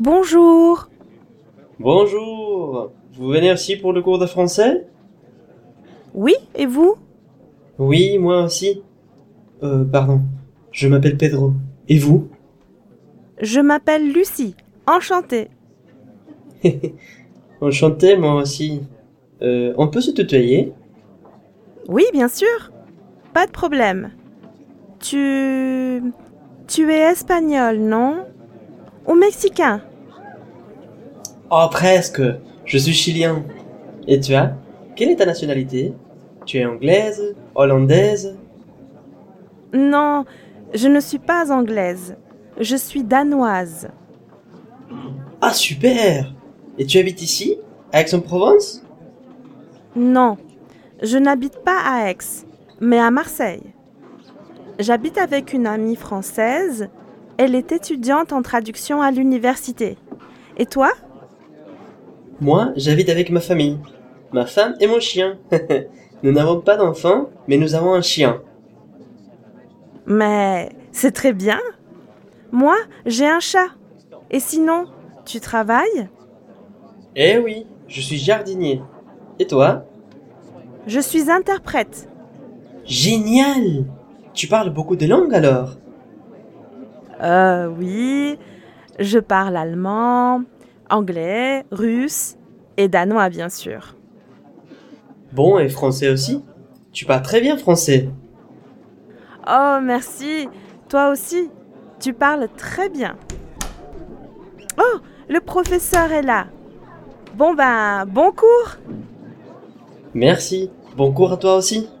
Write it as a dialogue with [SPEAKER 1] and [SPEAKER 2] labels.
[SPEAKER 1] Bonjour.
[SPEAKER 2] Bonjour. Vous venez aussi pour le cours de français
[SPEAKER 1] Oui, et vous
[SPEAKER 2] Oui, moi aussi. Euh, pardon. Je m'appelle Pedro. Et vous
[SPEAKER 1] Je m'appelle Lucie. Enchantée.
[SPEAKER 2] Enchanté, moi aussi. Euh, on peut se tutoyer
[SPEAKER 1] Oui, bien sûr. Pas de problème. Tu... Tu es espagnol, non Ou mexicain
[SPEAKER 2] Oh, presque. Je suis chilien. Et toi Quelle est ta nationalité Tu es anglaise Hollandaise
[SPEAKER 1] Non, je ne suis pas anglaise. Je suis danoise.
[SPEAKER 2] Ah, super Et tu habites ici À Aix-en-Provence
[SPEAKER 1] Non, je n'habite pas à Aix, mais à Marseille. J'habite avec une amie française. Elle est étudiante en traduction à l'université. Et toi
[SPEAKER 2] Moi, j'habite avec ma famille. Ma femme et mon chien. nous n'avons pas d'enfant, mais nous avons un chien.
[SPEAKER 1] Mais c'est très bien. Moi, j'ai un chat. Et sinon, tu travailles
[SPEAKER 2] Eh oui, je suis jardinier. Et toi
[SPEAKER 1] Je suis interprète.
[SPEAKER 2] Génial Tu parles beaucoup de langues alors
[SPEAKER 1] Euh, oui, je parle allemand, anglais, russe et danois, bien sûr.
[SPEAKER 2] Bon, et français aussi Tu parles très bien français.
[SPEAKER 1] Oh, merci. Toi aussi, tu parles très bien. Oh, le professeur est là. Bon ben, bon cours.
[SPEAKER 2] Merci. Bon cours à toi aussi.